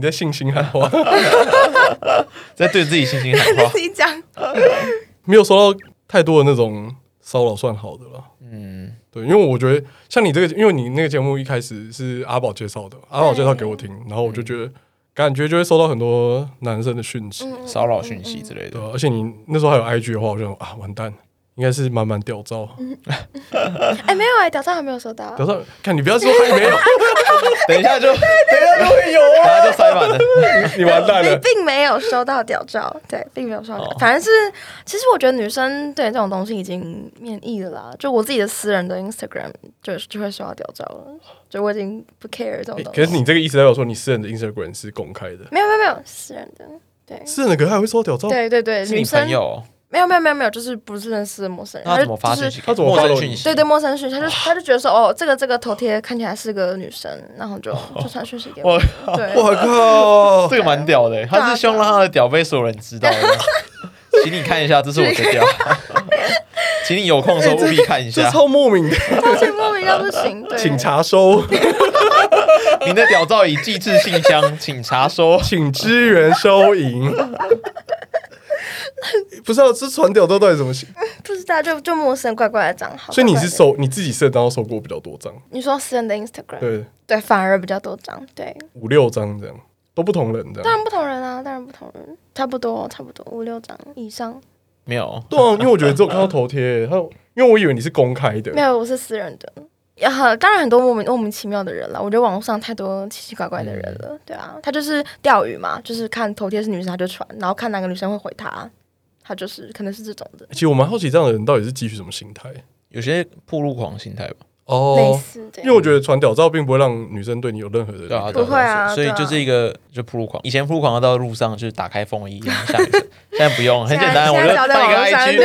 在信心啊喊话，在对自己信心喊 跟话自。己讲， 没有收到太多的那种骚扰，算好的了。嗯，对，因为我觉得像你这个，因为你那个节目一开始是阿宝介绍的，阿宝介绍给我听，然后我就觉得感觉就会收到很多男生的讯息，嗯骚扰讯息之类对的。吧、而且你那时候还有 IG 的话，我就想啊，完蛋，应该是满满屌照。哎，没有哎，屌照还没有收到，屌照，看你不要说还 没有，等一下 就，等一下就会有，啊等一下就塞满了。你完蛋并了。并没有收到屌 照，对，并没有收到屌哦照，反正是，其实我觉得女生对这种东西已经免疫了啦，就我自己的私人的 Instagram 就就会收到屌照了，就我已经不 care 这种欸东西。可是你这个意思代表说，你私人的 Instagram 是公开的，没有没有没有私人的，对私人的可还会收到屌照，对对对，哦是你女朋生友，没有没有没有没有，就是不是认识的陌生人，那他怎么发就讯是息？他怎么陌生 follow 讯你息？对对，陌生讯息，他就他就觉得说，哦，这个这个头贴看起来是个女生，然后就就传讯息给我我，对，啊我啊 靠，这个蛮屌的欸，他是希望让他的屌被所有人知道的。 请你看一下，这是我的 屌。请你有空的时候务必看一这下，超莫名的，超级莫名到不行，对，请查收，你的屌照已寄至信箱，请查收。请支援收 银。不是啊，这传屌照到底怎么写？不知道就就陌生怪怪的账号，所以你是怪怪收你自己设单收过比较多张，的你说私人的 Instagram，对，嗯对反而比较多张，对，五六张这样，都不同人这当样。然不同人啊，当然不同人，差不多差不多五六张以上，没有，对啊，因为我觉得只有看到头贴，他因为我以为你是公开的没，有，我是私人的。也很当然很多莫名莫名其妙的人了，我觉得网络上太多奇奇怪怪的人了，嗯对啊，他就是钓鱼嘛，就是看头贴是女生他就传，然后看哪个女生会回他，他就是可能是这种的，其实我蛮好奇这样的人到底是基于什么心态有些铺路狂心态吧。类哦。似对因为我觉得传屌照并不会让女生对你有任何的对啊，那个对啊不会啊所以对啊就是一个就铺路狂。以前铺路狂要到路上就是打开风衣然后下雨，现在不用，很现在简单，我现就在只要在办一个网上 IG，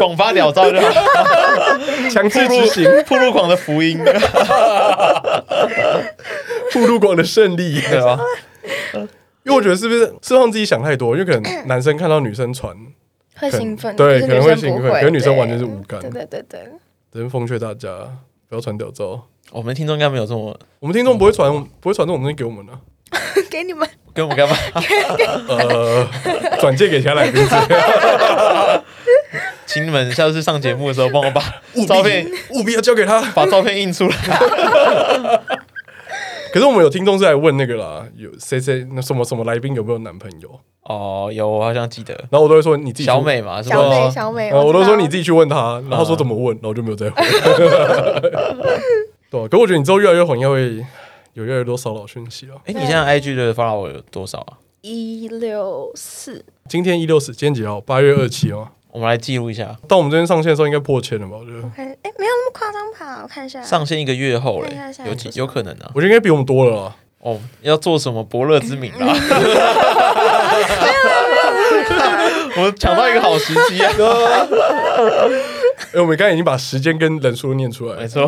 广发屌照就好。 强铺制执行路铺路狂的福音， 铺路广的胜利。对啊吧？因为我觉得是不是是让自己想太多，因为可能男生看到女生传，会兴奋，对可可能是会女生不兴奋可是女生完全是对无感对对对对， 只能奉劝大家不要传屌照。我们听众应该没有这么我们听众不会传，嗯不会传这种东西给我们的、给你们跟我们干嘛？ 呃， 转借给其他来宾 之类的。请你们下次上节目的时候帮我把务必照片务必要交给他。把照片印出来。可是我们有听众是来问那个啦，有谁谁那什么什么来宾有没有男朋友？哦，有，我好像记得然后我都会说你自己去小，美嘛，是哦小吧？美小美，啊呃我都说你自己己去问他，然后说怎么嗯问，然后就没有再回。 对啊，可我觉得你之后越来越红，应该会有越来越多骚扰讯息啊。哎，你现在 IG 的 follow 有多少啊？一六四，今天一六四，今天几号？八月二七哦。我们来记录一下，到我们这边上线的时候，应该破千了吧？我觉得我，看哎没有那么夸张吧，我看一下，上线一个月后嘞啊看一下，有几有可能啊？我觉得应该比我们多了啦。哦，要做什么伯乐之名啦？ 我抢到一个好时机啊！哎，我们刚才已经把时间跟人数都念出来没了，错，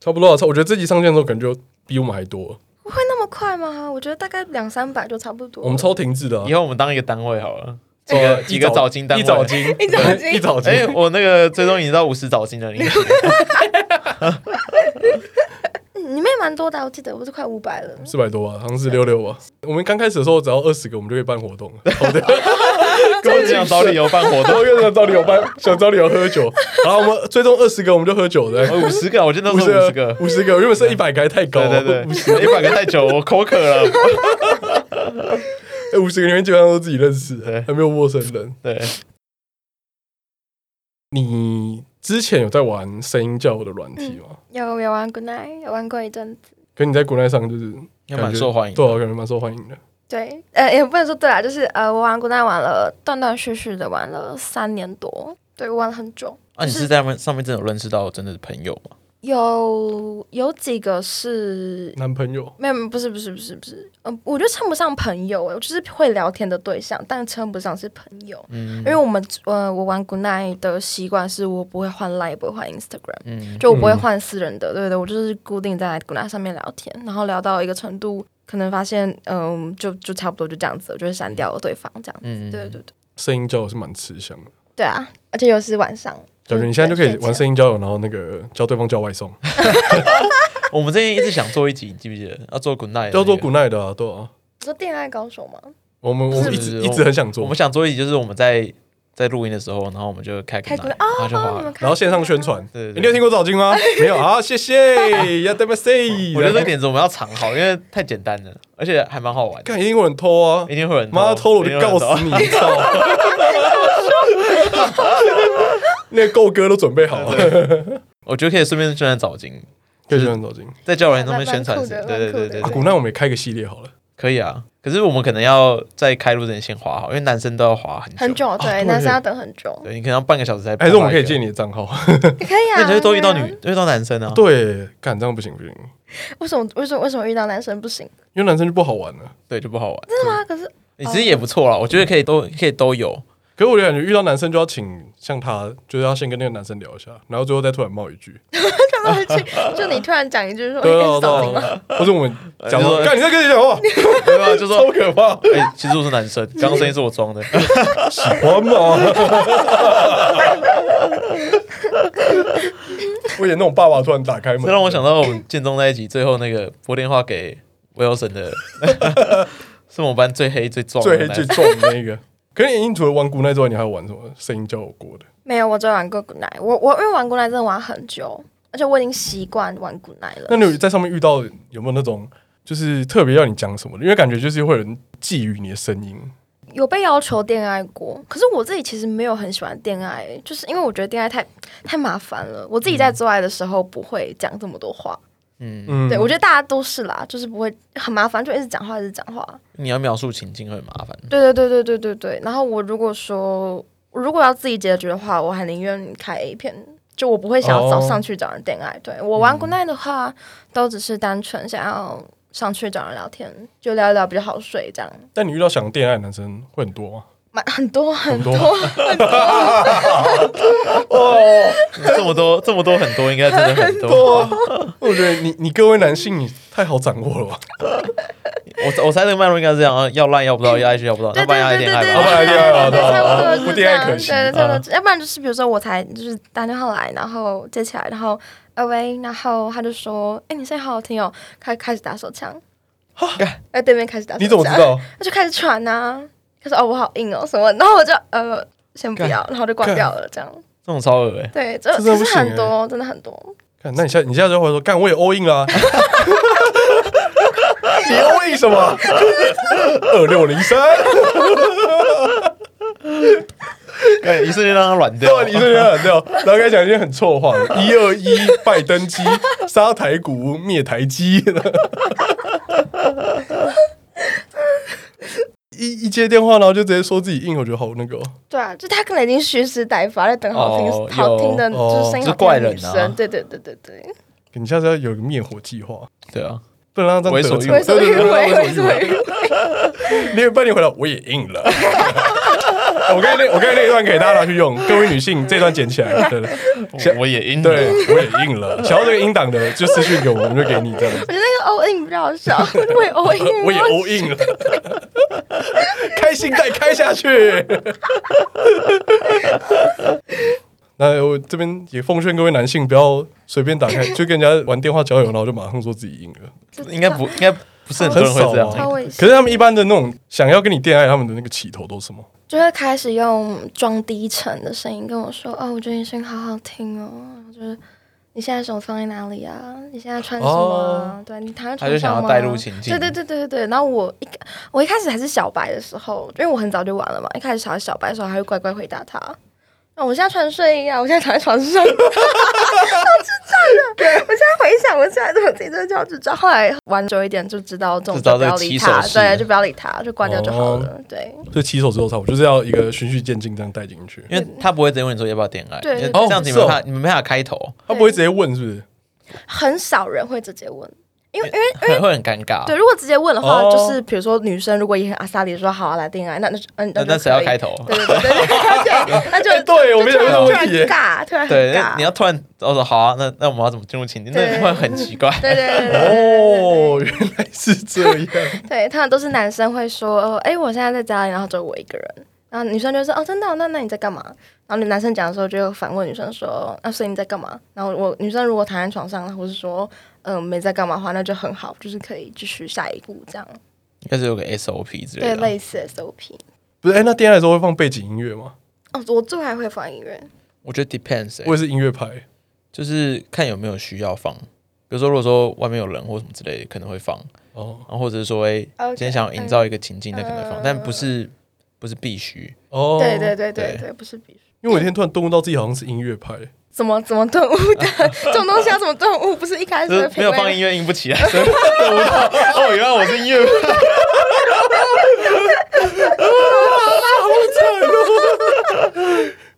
差不多了。啊差我觉得这集上线的时候，感觉就比我们还多。会那么快吗？我觉得大概两三百就差不多了，我们超停滞的啊以，后我们当一个单位好了，几呃个几个早金单位。一早金， 一早金一早金哎，我那个最终已经到五十早金了，你嗯你们也蛮多的啊，我记得我都快五百嗯了。四百多啊吧，好像是六六吧。我们刚开始的时候只要二十个，我们就可以办活动了。 好的，跟我讲找理由办活 然动。后又想找理由办，想找理由喝酒。然后我们最终二十个，我们就喝酒的。五十个，我记得哦五那时十候五十个个，，五十个，原本是一百个，还太高啊对了。对对，一百个太久，我口渴 了。哎五十个里面基本上都自己认识的对，还没有陌生人。对，你之前有在玩声音教的软体嗯吗？有有玩 Good Night，有玩过一阵子。可你在国内上就是也蛮受欢迎的。对啊，感觉蛮受欢迎的。对，呃，也不能说对啦，就是呃，我玩 Good Night 玩了断断续续的玩了三年多，对，我玩了很久。啊，你是在面上面真的有认识到真的朋友吗？有有几个是男朋友没有，不是不是不是不是，嗯、我觉得称不上朋友、欸，我就是会聊天的对象，但称不上是朋友，嗯因为我们呃，我玩 Good Night 的习惯是我不会换 Line，不会换 Instagram。嗯，就我不会换私人的，对对，我就是固定在 g o o 上面聊天，然后聊到一个程度，可能发现嗯，就就差不多就这样子，我就会删掉对方这样。嗯对对对声音交友是蛮吃香的。对啊，而且又是晚上，感觉你现在就可以玩声音交友，然后那个教对方叫外送，我们之前一直想做一集，你记不记得？要做 Good Night，叫做古古奈的啊，对啊。你说恋爱高手吗？我们我们是一不直是一直很想做我们，想做一集，就是我们在在录音的时候，然后我们就开个开个麦啊然后就帮好你们了。开然后线上宣传。对对欸对你有听过早金 吗？没有好，谢谢。要 m C，我觉得这个点子我们要藏好，因为太简单了，而且还蛮好玩的。看英国人偷啊，一定会有人妈偷了我就告一定会有人死你！操， 那个够歌都准备好了，偷我觉得可以顺便宣传早经，可以宣传早金在交友软件上面宣传蛮是，蛮酷的对对对对蛮酷的啊。对古奈我们也开个系列好了，可以啊。可是我们可能要在开录之前先划好，因为男生都要划很久。很久，哦对，对男生要等很久，对你可能要半个小时才。还是我们可以借？你的账号？也可以啊。那你就都遇到女对啊，啊遇到男生啊？对，干这样不行不行，为什么为什么为什么遇到男生不行？因为男生就不好玩了。对，就不好玩。真的吗？可是你其实也不错啦，我觉得可以都可以都有。可是我就感觉遇到男生就要请像他，就是要先跟那个男生聊一下，然后最后再突然冒一句，看到就就你突然讲一句说，对哎啊是扫对地吗啊，或者我们讲你说，说干你在跟你讲话，对吧？就说超可怕，哎、其实我是男生，刚刚声音是我装的。我嘛。 我演那种爸爸突然打开门，这让我想到我们建中那一集，最后那个拨电话给 Wilson 的， 是我们班最黑最壮的最男黑生最重的那个。可是你已经除了玩古奈之外，你还有玩什么声音交友过的？没有，我只有玩过 Good Night，我我因为玩 Good Night 真的玩很久，而且我已经习惯玩 Good Night 了。那你有在上面遇到有没有那种就是特别要你讲什么的？因为感觉就是会有人觊觎你的声音，有被要求恋爱过，可是我自己其实没有很喜欢恋爱，就是因为我觉得恋爱太太麻烦了。我自己在做爱的时候不会讲这么多话，嗯，嗯，对我觉得大家都是啦，就是不会很麻烦，就一直讲话，一直讲话。你要描述情境会很麻烦。对对对对对对对。然后我如果说我如果要自己解决的话，我还宁愿开 A 片，就我不会想要哦嗯找上去找人恋爱。对我玩 Good Night 的话，都只是单纯想要上去找人聊天，就聊一聊比较好睡这样。但你遇到想恋爱的男生会很多吗？蛮很多很多多很多，这么多这么多很多，应该真 的很多。多、啊，我觉得你你各位男性你太好掌握了吧？我我猜这个脉络应该是这样，啊要烂要不到，要爱去要不到，对那对不然对要爱对对恋对爱要不然吧。对恋爱吧对，对差不多啊是不这恋爱样，可对惜嗯对，差不多。要不然就是比如说我才就是打电话来，然后接起来，然后呃喂，然后他就说，哎，你声音好好听哦，开开始打手枪，哎，对面开始打手枪，你怎么知？道？他就开始传呐，他说哦我好硬哦什么，然后我就呃先不要，然后就挂掉了，这样。这种超恶哎、对，这这真的可不是行很多，真的很多。看，那你下你下次就会说，干我也 all in 啦、你 all in 什么？二六零三，对，一瞬间让他软掉啊对，。你瞬间很掉，然后该讲一些很错的话，一二一拜登机，杀台股灭台机。 一一接电话，然后就直接说自己硬，我觉得好那个、哦。对啊，就他可能已经蓄势待发，在等好哦听好听有的，就是声哦音好是怪听的人女啊生。对对对对对。你下次要有个灭火计划， 对啊，不能让他这样为所得逞欲为为所欲对对对为，对为为所所欲为。欲为。你半年回来，我也硬了。我刚才那我刚才那一段给大家拿去用，各位女性这段剪起来，对对我我也应对，我也硬了。想要这个音档的就私信给我，我们就给你这样子。我觉得那个 all in 比较好笑，我也 all in，我也 all in 了，开心带开下去。那我这边也奉劝各位男性，不要随便打开，就跟人家玩电话交友，然后就马上说自己硬了，应该不应该不是很很多人会少这样、欸啊超危险可是他们一般的那种想要跟你恋爱，他们的那个起头都是什么？就会开始用装低沉的声音跟我说：“哦，我觉得你声音好好听哦。”就是你现在手放在哪里啊？你现在穿什么啊、对你躺在哦他就想床上要吗？带入情境。对对对对对对。然后我一我一开始还是小白的时候，因为我很早就玩了嘛，一开始小小白的时候还会乖乖回答他。那、我现在穿睡衣啊，我现在躺在床 上，超智障的！我现在回想，我现在怎么自己真的超智障。后来玩久一点就知道这种知道就不要这个理起他手，式对，就不要理他，就关掉就好哦了。对，所以起手之后差不多，就是要一个循序渐进这样带进去。因为他不会直接问你说要不要恋爱，对因为对这样子你哦是哦们怕、你们没法开头，他不会直接问是不是？很少人会直接问，因为因为会会很尴尬。哎对，如果直接问的话，哦就是比如说女生如果也很阿萨里说好啊来恋爱，那那就嗯那那那就谁要可以开头？啊对对对对对，对那就哎对我没就想突到这个然突问然题耶尬，突然很对，那尬你，要突然我说好啊，那那我们要怎么进入情境？那对会很奇怪。 对对对对对哦，原来是这样。对，对，通常都是男生会说，呃哎，我现在在家里，然后只有我一个人。然后女生就说：“哦，真的哦、那那你在干嘛？”然后男生讲的时候，就反问女生说：“那、所以你在干嘛？”然后我女生如果躺在床上，或是说“嗯、没在干嘛”的话，那就很好，就是可以继续下一步这样。应该是有个 SOP 之类的对，啊。类似 SOP。不是，哎、那恋爱的时候会放背景音乐吗？哦，我最后还会放音乐，我觉得 depends，欸我也是音乐派，就是看有没有需要放。比如说，如果说外面有人或什么之类的，可能会放，哦然后或者是说，哎、今 OK，天想要营造一个情境，那可能会放，嗯但不是不是必须。哦，对对对对对对，不是必须。因为我有一天突然顿悟到自己好像是音乐派， 怎么怎么顿悟 的？这种东西要啊怎么顿悟？不是一开始就是会没有放评论音乐硬不 起来，所以得不到哦，原来我是音乐。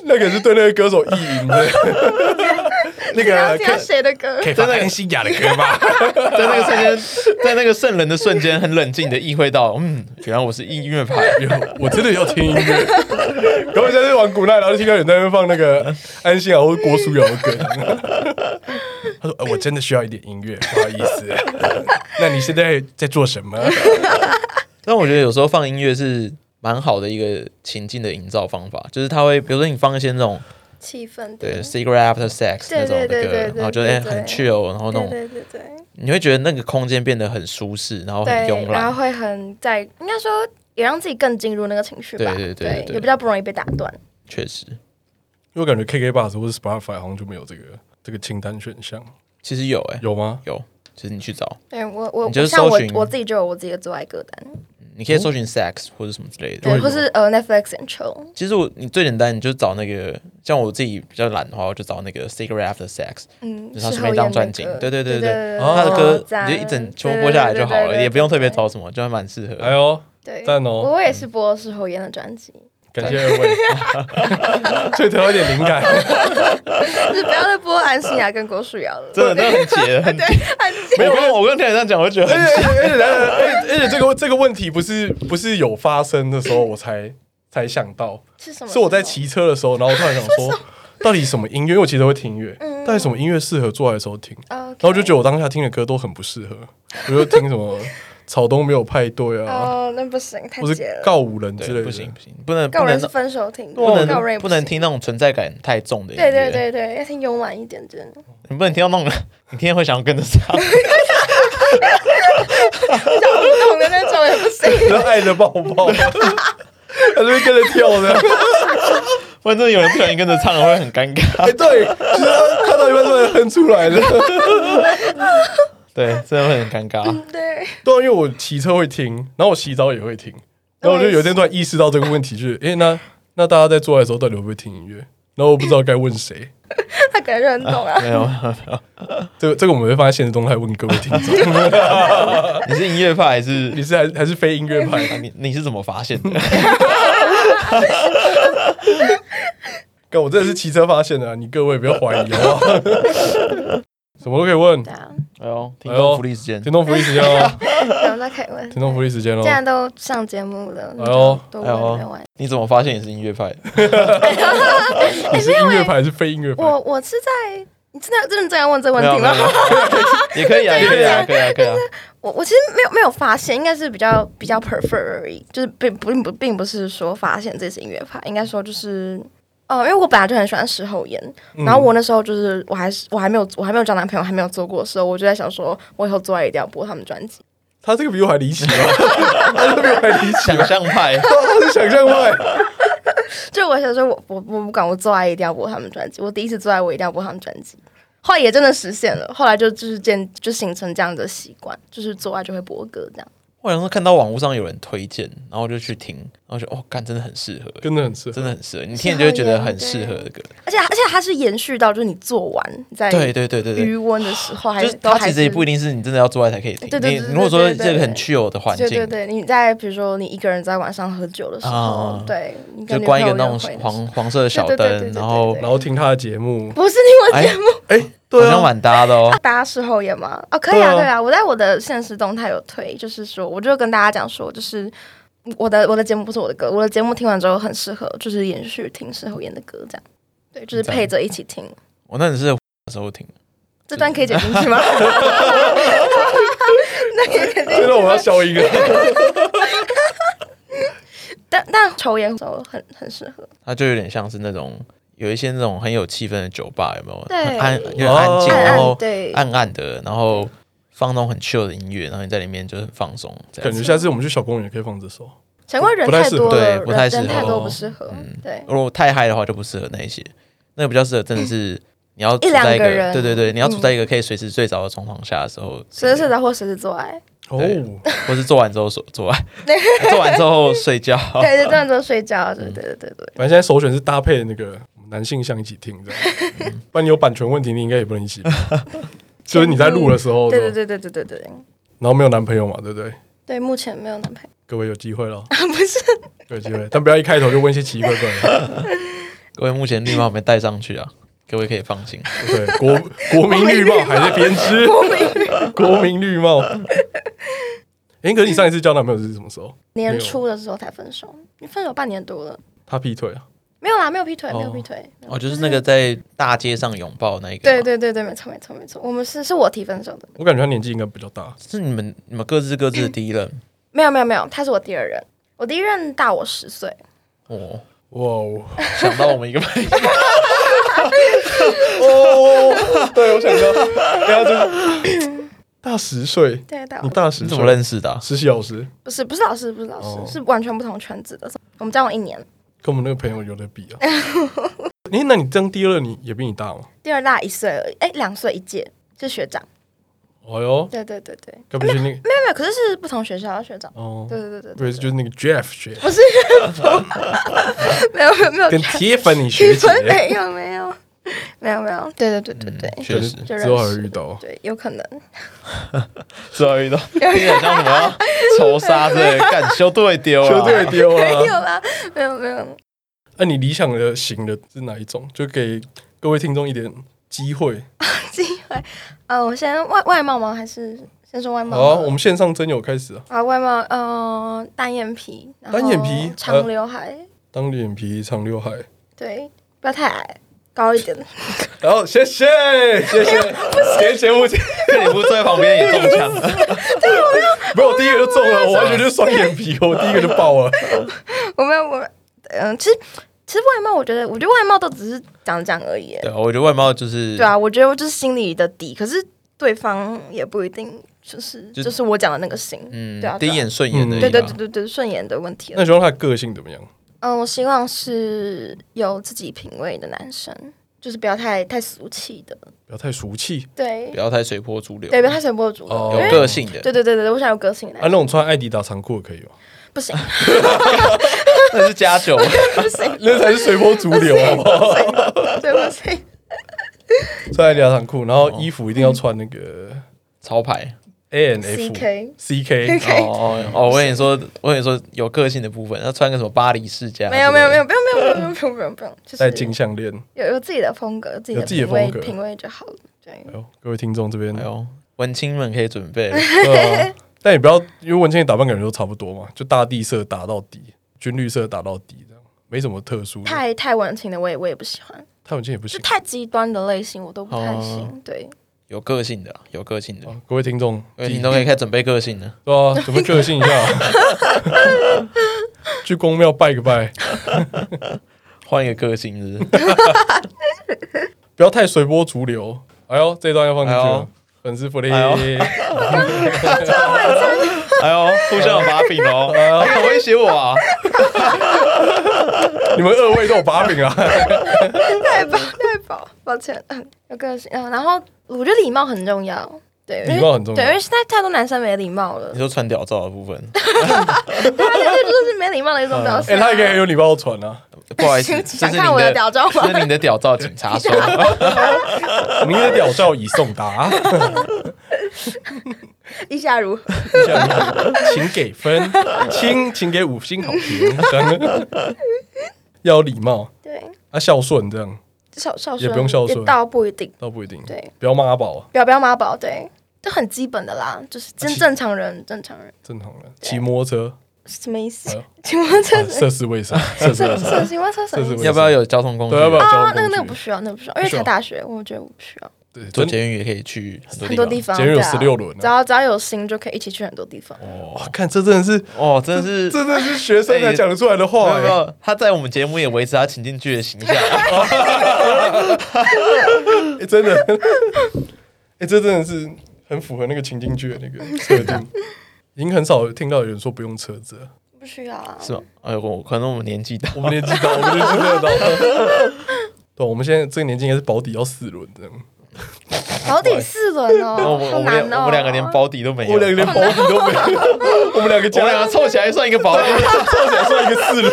那个是对那个歌手意淫 的，那要个听到可谁的歌？以放安心雅的歌吗？在那个瞬间，在那个圣人的瞬间，很冷静的意会到，嗯，原来我是音 乐派。我真的要听音 乐，然后我现在在玩古奈，然后就听到有人在那边放那个 安心雅啊或郭书瑶的 歌，他说、呃我真的需要一点音乐，不好意 思，那你现在在做什么？但我觉得有时候放音乐是蛮好的一个情境的营造方法，就是它会，比如说你放一些那种气氛对的 cigarette after sex 嗯对那种的对对对歌对，然后就对哎对很 chill，然后那对种对对对。你会觉得那个空间变得很舒适，然后哦很慵对，然后懒。会很在，应该说也让自己更进入那个情绪吧，对对对对对也比较不容易被打断。确实，因为我感觉 KK Bus 或者 Spotify 好像就没有这个这个清单选项，其实有哎、有吗？有，就是你去找，对我我你就是像我搜寻我自己就有我自己的最爱歌单，你可以搜寻 sex 或者什么之类的。会嗯对，有或是呃 Netflix and chill，其实我你最简单，你就找那个，像我自己比较懒的话，我就找那个 cigarette after sex，嗯，就是他事顺后便当钻验井的歌，对对对对对对，哦他的歌赞你就一整全部播下来就好了，也不用特别。找什么，就还蛮适合。哎呦，对对对对对对，赞哦！我也是播事后验的专辑， 感谢二位， 所以得到一点灵感。就是不要再播安心雅啊跟郭书瑶了，真的，那很解，很对， 安静没有，我刚我刚听你这样讲，我就觉得很而且而且而且而且这个这个问题不是不是有发生的时候我才才想到，是什么？是我在，骑车的时候，然后我突然想 说，到底什么音乐？因为我其实都会听音乐，嗯到底什么音乐适合坐在的时候听？然然后我就觉得我当下听的歌都很不适合， 我就听什么草东没有派对啊，哦，那不行，太或解是了。告五人之类对，的，不行不行，不能告不人能是分手听，不告人能也不能行听那种存在感太重的音乐，对对，对对，要听慵懒一点，真的。 你不能听到那种你天天会想要跟着唱， 小舞动的那种也不行。 然后 爱的抱抱， 他就会跟着跳 的。不然真的有人不小心跟着唱了会很尴尬。 哎，对，就是他看到一半突然哼出来的。对，真的会很尴尬。对， 对啊，因为我骑车会听，然后我洗澡也会听，然后我就有一天突然意识到这个问题，就是哎、诶那那大家在做爱的时候到底会不会听音乐？然后我不知道该问谁。他感觉很 懂啊。没有，这个这个我们会放在现实动态问各位听众， 你是音乐派还是你是还还是非音乐派？你你是怎么发现的？跟我真的是骑车发现的、啊，你各位不要怀疑好不好？ 什么都可以问。对 啊，哎呦，听哎呦众福利时间听，众福利时间 哦，然后那可以问。听众福利时间哦既。然都上节目了，那哎呦就多问没完。你怎么发现你是音乐派？哎你是音乐派还是非音乐派？我我是在。你真的真的这样问这个问没有题没有吗没？ 有，也可以啊，也可以啊，可以啊，可以啊。我我其实没有没有发现，应该是比较比较 prefer 而已，就是并不并不并不是说发现这是音乐派，应该说就是，呃，因为我本来就很喜欢石厚岩，然后我那时候就是我还是我还没有我还没有交男朋友，还没有做过的时候，我就在想说，我以后做爱一定要播他们专辑。他这个比我还离奇啊！ 他这个比我还离奇，哦想象派，他是想象派。就我想说我，我我不管，我做爱一定要播他们专辑。我第一次做爱，我一定要播他们专辑。后来也真的实现了，后来就就是建就形成这样的习惯，就是做爱就会播歌这样。我想说看到网络上有人推荐，然后就去听，然后就哦，干真的很适合，真的很适合，真的很适合，你听了就会觉得很适合的歌。而且而且它是延续到就是你做完在对对对对对，余温的时候，还就是都它还其是实也不一定是你真的要做爱才可以听。对你对对对对如果说对对这个很对 chill 的环对对境，对，你在比如说你一个人在晚上喝酒的时候，啊对，你跟就女关一朋个友那约会种的时候黄黄色的小对对对对灯，对然后对然后听他的节目，不是你我哎节目，哎、好对像啊，蛮搭的 哦。大家事后也吗？哦，可以对啊，啊对啊，我在我的现实动态有推，就是说，我就跟大家讲说，就是我的我的节目不是我的歌，我的节目听完之后很适合，就是延续听事后演的歌这样，对，就是配着一起听。我那只是的时候听，这段可以剪进 去吗？那可以剪进现去在我要消音了。 但但抽烟的时候很很适合，它就有点像是那种有一些那种很有气氛的酒吧，有没有？对哦哦很安有点安静，暗然后暗对暗暗的，然后放那种很 chill 的音乐，然后你在里面就很放松，这感样觉子。下次我们去小公园也可以放这首。难怪人不太太适多合了，对不太人适人太合多哦不适合，对。如果太嗨的话就不适合那一些，那个比较适合真的 是你要处一两在一个人对对对，你要处嗯在一个可以随时睡着的状况下的时候，随着睡着或随着做爱，哦，对 或是做完之后所做 爱， 做完之后睡觉。 对对，这样就睡觉，对对对对对。反正现在首选是搭配那个男性向一起听， 这样，不然你有版权问题，你应该也不能一起。就是你在录的时候，对对对对对对对对，然后没有男朋友嘛，对不对？对目前没有男朋友，各位有机会了， 不是有机会，但不要一开头就问一些奇奇怪怪的。各位目前绿帽没戴上去啊，各位可以 放心。对，国国民绿帽还在编织，我没国民绿帽。哎，可是你上一次交男朋友是什么时候？年初的时候才分手，你分手半年多了，他劈腿啊？没有啦，没有劈腿，哦没有劈腿。没有哦，就是那个在大街上拥抱那一个。对，对对对，没错没错没错，我们是是我提分手的，我感觉他年纪应该比较大。是你们你们各自各嗯自的第一任。没有没有没有，他是我第二任，我第一任大我十岁，哦，哇哦，想到我们一个朋友，哦，对，我想到，然后就 大十岁，对大你我大十岁你 怎么？认识的啊、实习老师不是不是老师不是老师，哦是完全不同圈子的，我们交往一年，跟我们那个朋友有的比啊。 诶，那你这样第二你也比你大吗？第二大一岁而已，哎两岁一届是学长，哦哟，对对对对，该不是那个没有没有，可是是不同学校的学长，哦，对对对对我对，以是就是那个 Jeff 学不是 没有没有没有跟 Tiffany 学姐，分没有没有没有没有，对对对对对，嗯就确是实，之后还会遇到。对，有 可能。所以都 听起来像什么啊仇杀之类的，干修对丢啊，球队丢没有了。啦，没有没有。 那你理想的型的是哪一种？就给各位听众一点机会。机会，呃，我先外外貌吗？还是先说外貌？好啊，我们线上真有开始啊，啊，外貌，呃，单眼皮，然后单眼皮呃长刘海，当脸皮长刘海。对，不要太矮，高一点。 然后谢谢谢谢，给节 目前 克里夫坐在旁边也中枪了，没有，我第一个就中了，我完全就是双眼皮，我第一个就爆 了。我没有，我，嗯、其实其实外貌，我觉得，我觉得外貌都只是讲讲而已。对啊，我觉得外貌就是对啊，我觉得我就是心里的底，可是对方也不一定就是就就是我讲的那个心。嗯对啊，第一眼顺眼的，嗯对对对，对对，顺眼的问题了那。你希望他的个性怎么样？嗯，我希望是有自己品味的男生，就是不要太太俗气的，不要太俗气对不，要太随波逐流，对，不要太随波逐流，哦因有为个性 的，对对对对对，我想有个性的啊！那男生，种穿艾迪达长裤的可以吗？不行那是加 酒，不行，那才是随波逐 流，好不好？对不行，穿艾迪达长裤，然后衣服一定要穿那嗯个潮牌。 A N F CK C K 哦哦哦，我跟你说，我跟你说，有个性的部分，要穿个什么巴黎世家之类的，没有没有没有，不用不用不用不用不用不用，就戴是金项链。有有自己的风格，自己有的自己的品味风格品味就好了，对哎，呦，各位听众这边哎，呦，文青们可以准 备了，对啊但也不要因为文青的打扮感觉都差不多嘛，就大地色打到底，军绿色打到底，这样没什么特殊的。太太文青的我也我也不喜欢，太文青也不就行。太极端的类型我都不太哦行，对，有个性的，有个性的，啊，各位听众，各位听哎众可以开始准备个性的，对啊，准备个性一下， 去公庙拜个拜，换一个个性是不是不要太随波逐流。哎呦，这一段要放进去哎了呦，粉丝福利。哎呦 哎呦，互相有把柄哦， 哎呦威胁我啊！ 你们二位都有把柄啊！太饱 太饱，抱歉，嗯有个性，嗯，然后我觉得礼貌很重要，对，因为礼貌很重要对，因为现在太多男生没礼貌了 你，说穿屌照的部分，对啊，这就是没礼貌的一种表哎、现。他也可以很有礼貌传啊！不好意思，请这 想是你看我的屌照吗？这是你的屌照，警 察说，您的屌照已送达，意下如何？请给分，请请给五星好评。这样要有礼貌 对，啊，孝顺这样孝孝顺也不用孝顺也倒不一定，倒不一定，对，不要妈宝啊，表表妈宝，对，这很基本的啦，就是啊真其正常人，正常人正常人骑摩托车，什么意思哎呦？ 请问这啊涉世未深，涉世未这深，这请问这什么意这思是？要不要有交通工具？对要不要啊交，那通个那个工具不需要，那个不需要，因不为需要才大学，我觉得我不需要。对，坐真捷运也可以去很很多多地地方。方，捷运有对啊16轮啊只要只要有心就可以一起去很多地方。哇，看这真的是，哦，真的是这，真的是学生才讲得出来的没话、有没欸。有，他在我们节目也维持他情境剧的形 象。 欸真的，哎、这真的是很符合那个情境剧的那个设定。已经很少听到有人说不用车子了，不需要啊。是吗？哎呦，我可能我们年 纪大，我们年纪大，我们年纪真的大。 对，我们现在这个年纪应该是保底要四轮这样， 保底四轮然后 哦我，们好我们难两哦。我们两个连保底都没 有，我两个连保底都没 有，我们两个我加们两个凑起来算一个保 底。凑起来算一个四轮。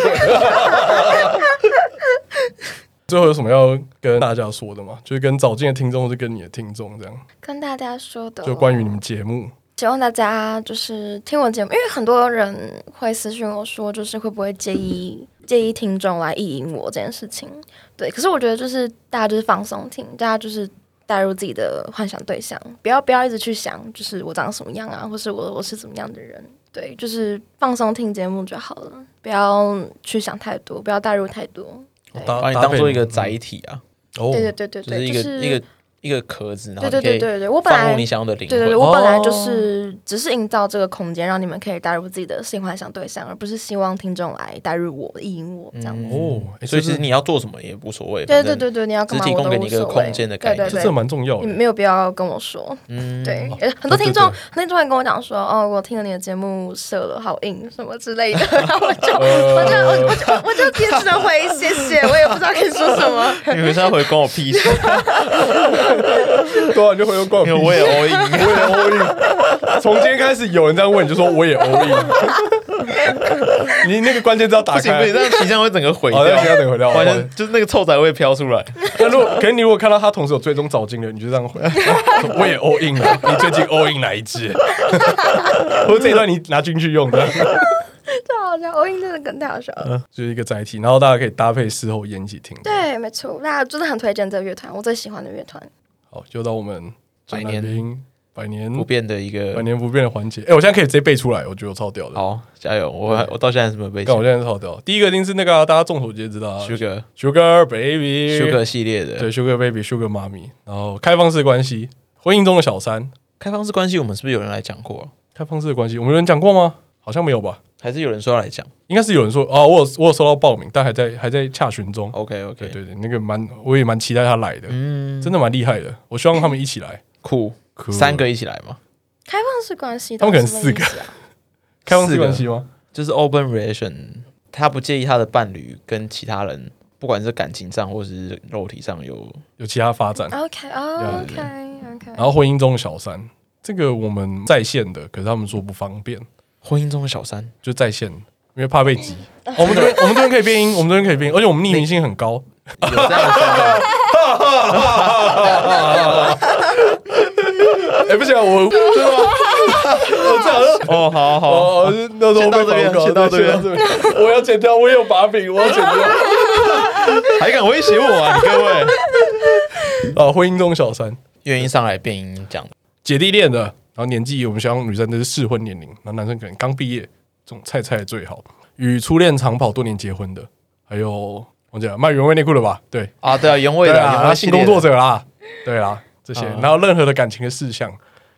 最后有什么要跟大家说的吗？就是跟早进的听众，或是跟你的听众这样，跟大家说的，就关于你们节目，希望大家就是听我节目，因为很多人会私信我说，就是会不会介意介意听众来意淫我这件事情。对，可是我觉得就是大家就是放松听，大家就是带入自己的幻想对象，不要不要一直去想就是我长什么样啊，或是我我是怎么样的人。对，就是放松听节目就好了，不要去想太多，不要带入太多。对搭把你当做一个载体啊，哦对对哦对对就对，是一就个是一个一个壳子，然后对你对可对以对对，我本放来入你想要的灵对对对，魂。我本来哦就是只是营造这个空间，让你们可以带入自己的性幻想对象，而不是希望听众来带入我、意淫我这样子。嗯哦，哎所以其这实是你要做什么也无所谓，对反对正对对，你要干嘛只提我供都给你无一个所谓。空间的概对念这对真的对，蛮重要你的。没有必要跟我说。嗯，对，呃很多对对听众，对很多听众会跟我讲说，哦，我听了你的节目，射了好硬什么之 类的，然后我就呃我就我我就我就也只能回谢谢，我也不知道该说什 么。你们是要回 关我屁事， 对啊，你就回头关我因为屁 我也事。欧我赢。也 all in，从今天开始有人这样问，你就说我也 all in。你那个关键字要打不行不开行，，这样形象会整个毁好，那掉行，，那等回到。完全就是那个臭仔味飘出来。那如果，可是你如果看到他同时有最终找进了，你就这样回， 我也 all in 了。你最近 all in 哪一支？ 我说这一段你拿进去用的， 太啊好笑，我音真的梗太好笑嗯了。就是一个载体，然后大家可以搭配事后烟一起听。对，没错，大家真的很推荐这个乐团，我最喜欢的乐团。好，就到我们百年专栏兵百年 不变的一个百年不变的环节。哎，我现在可以直接背出来，我觉得我超屌的。好，加油！我我到现在还是没有被看我现在是超屌。第一个一定是那个啊大家众所皆知的啊 Sugar Sugar Baby。 Sugar 系列的对 Sugar Baby Sugar 妈咪，然后开放式关系，婚姻中的小三，开放式关系，我们是不是有人来讲过啊？开放式的关系，我们有人讲过吗？好像没有吧。还是有人说要来讲应该是有人说啊，我有我有收到报名，但还在还在洽询中。哦？OK 对 OK，对对，那个蛮我也蛮期待他来的，嗯，真的蛮厉害的。我希望他们一起来，酷， Cool 三个一起来嘛，开放式关系他到们可能底是什么四意个思啊，开放式关系吗？就是 open relation，他不介意他的伴侣跟其他人，不管是感情上或是肉体上有，有其他发展， OK，哦了，OK，然 OK，后婚姻中的小三，这个我们在线的，可是他们说不方便，婚姻中的小 三，就在线，因为怕被挤。哦我们这边我们这边可以变音，我们这边可以变音，而且我们匿名性很高。有这样的想法哎，不行啊，我真的吗？我这样说哦，好好，哦，是那时候先到这边被广告先到这边对先到这边我要剪掉，我有把柄，我要剪掉。还敢威胁我啊，你各位，啊，婚姻中的小三。愿意上来变音讲，姐弟恋的，然后年纪我们想望女生都是适婚年龄，然后男生可能刚毕业，这种菜菜的最好。与初恋长跑多年结婚的，还有我讲卖原味内裤的吧？对， 啊，对啊，原味对的啊，原然后味系性列工的作者啦，对啦，这些，啊然后任何的感情的事项，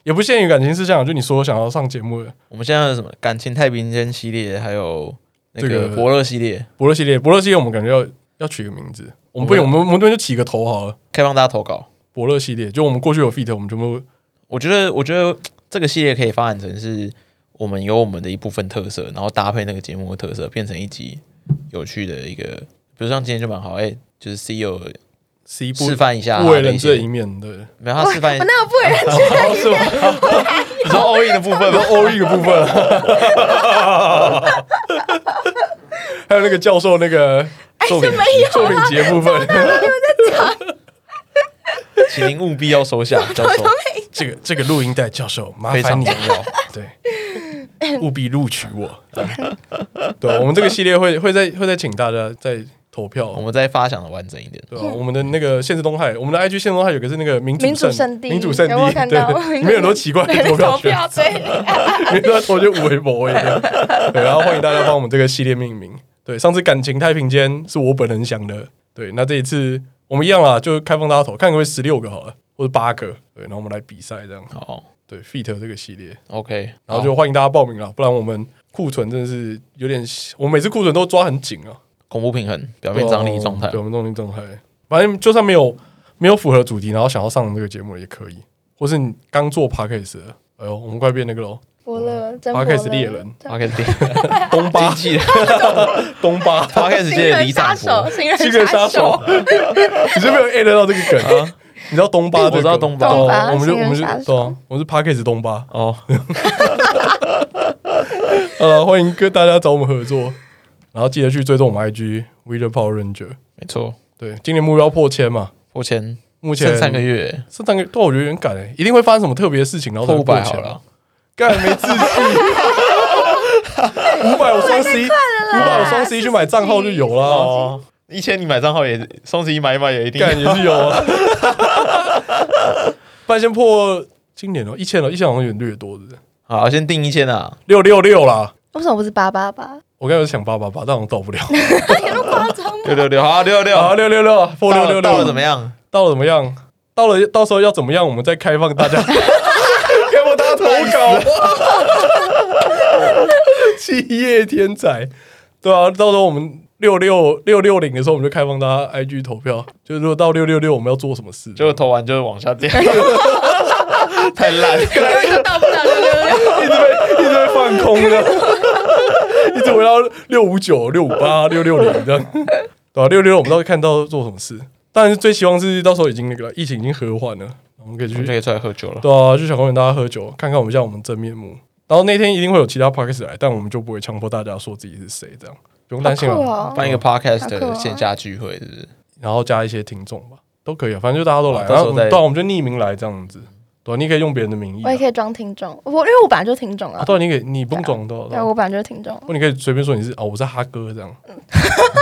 也不限于感情事项，就你说想要上节目的我们现在有什么感情太平间系列，还有那这个个伯乐系列，伯乐系列，伯乐系列我们感觉要要取个名字，我们不行，我我们我们这边就起个头好了，开放大家投稿。伯乐系列，就我们过去有 feat，我们全部我觉得，我觉得这个系列可以发展成是我们有我们的一部分特色，然后搭配那个节目的特色，变成一集有趣的一个，比如像今天就蛮好，哎、就是 C 有 C 不示范一下不为他的人一知的些一，面，对，没有他示范一哦我，那我不忍去是吗？你说哦 all in 的部有分 吗？欧一个部分，还有那个教授那个作品这没有啊啊作品集的部 分，请您务必要收下，教授，这个这个录音带教授麻非烦常你重要。 对，务必录取我。对，我们这个系列会会再会再请大家再投我票。们再发想的完整一点，对吧？我们的那个现实动态，我们的 IG 现实动态有个是那个民 嗯民主圣圣地，民主圣有没有地，看到？对，里面有很多奇怪的对投票权， 因对，为他头就五微博一样。对，然后欢迎大家帮我们这个系列命名。对，上次感情太平间是我本人想的。对，那这一次我们一样啦，就开放大家投，看可不可以十六个好了，或者八个。对，然后我们来比赛这样。好对，Fit 这个系列， ，OK，然后就好欢迎大家报名啦，不然我们库存真的是有点，我们每次库存都抓很紧啊，恐怖平衡，表面张力状态对，，我们张力状态。反正就算没有没有符合主题，然后想要上这个节目也可以，或或是你刚做 podcast，的哎呦，我们快变那个喽，活了，真活 podcast 了猎人对啊 podcast 界东巴经纪人 东 巴， ，podcast 界新的人李杀长手，博，新人新人杀手，哦 你是没有 at 到这个梗啊？你知道东巴这个梗？哦哎我知道东巴东巴哦我们就新我人们就杀手对啊，我是 podcast 东巴。哦，好了，呃欢迎各大家找我们合作，然后记得去追踪我们 IG w e t h e r Power Ranger。没错，对，今年目标破千嘛，破千，目前剩三个，月，剩三个月，对啊，我觉得有点赶欸，一定会发生什么特别的事情，然后才会破五百千好啊了，干没志气。五百我双十一，五百我双十一去买账号就有啦，哦，一千你买账号也，双十一买一买也一定干也是有啊。 半先破今年哦，一千了，一千好像有点略多，是不是？好，先定一千啊，六六六啦，为什么不是八八八？ 我刚才有想八八八，但好像到不 了。也都夸 张吗？六六六，好六六好，六，六六啊六破到六六了到了怎六，么样？到了怎么样？到了到时候要怎么样？我们再开放大 家，给我大家投稿。七夜天才，对啊，到时候我们六六六六零的时候，我们就开放大家 IG 投票，就是如果到六六六，我们要做什么事？就投完就往下掉， 太烂了，到不了六六六，一直被一直被放空的，一直回到六五九、六五八、六六零这样。对啊，六六我们到底看到做什么事？当然是最希望是到时候已经那个了，疫情已经和缓了，我们可以我们去就可以出来喝酒了。对啊，去小公园大家喝酒，看看我们像我们真面目。然后那天一定会有其他 p a r k e s 来，但我们就不会强迫大家说自己是谁，这样不用担心酷了。哦！办一个 podcast 好酷的哦线下聚会，是不是？然后加一些听众吧，都可以啊，反正就大家都来。好然到时后候我再们对啊，我们就匿名来这样子。对啊，你可以用别人的名义啊我也。可以装听众，我因为我本来就是听众啊啊，对啊，你可以，你不用装到。对对，啊我本来就是听众。或你可以随便说你是哦，我是哈哥这样。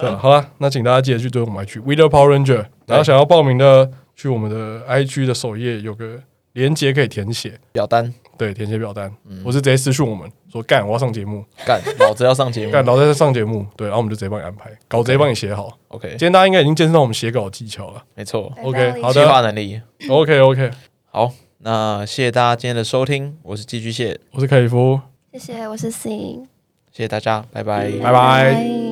对，啊好了，那请大家记得去追我们 IG Weather Power Ranger，然后想要报名的去我们的 IG 的首页有个连接可以填写，表单对，填写表单，嗯我是直接私讯我们说干，我要上节目，干，老子要上节目干，老在上节目，对，然后我们就直接帮你安排，稿直接帮你写好。 ，OK，今天大家应该已经见识到我们写稿的技巧了没错， ，OK，好计的划能力。 ，OK OK，好，那谢谢大家今天的收听，我是寄居蟹，我是凯里夫，谢谢，我是 C，谢谢大家，拜拜。拜拜。拜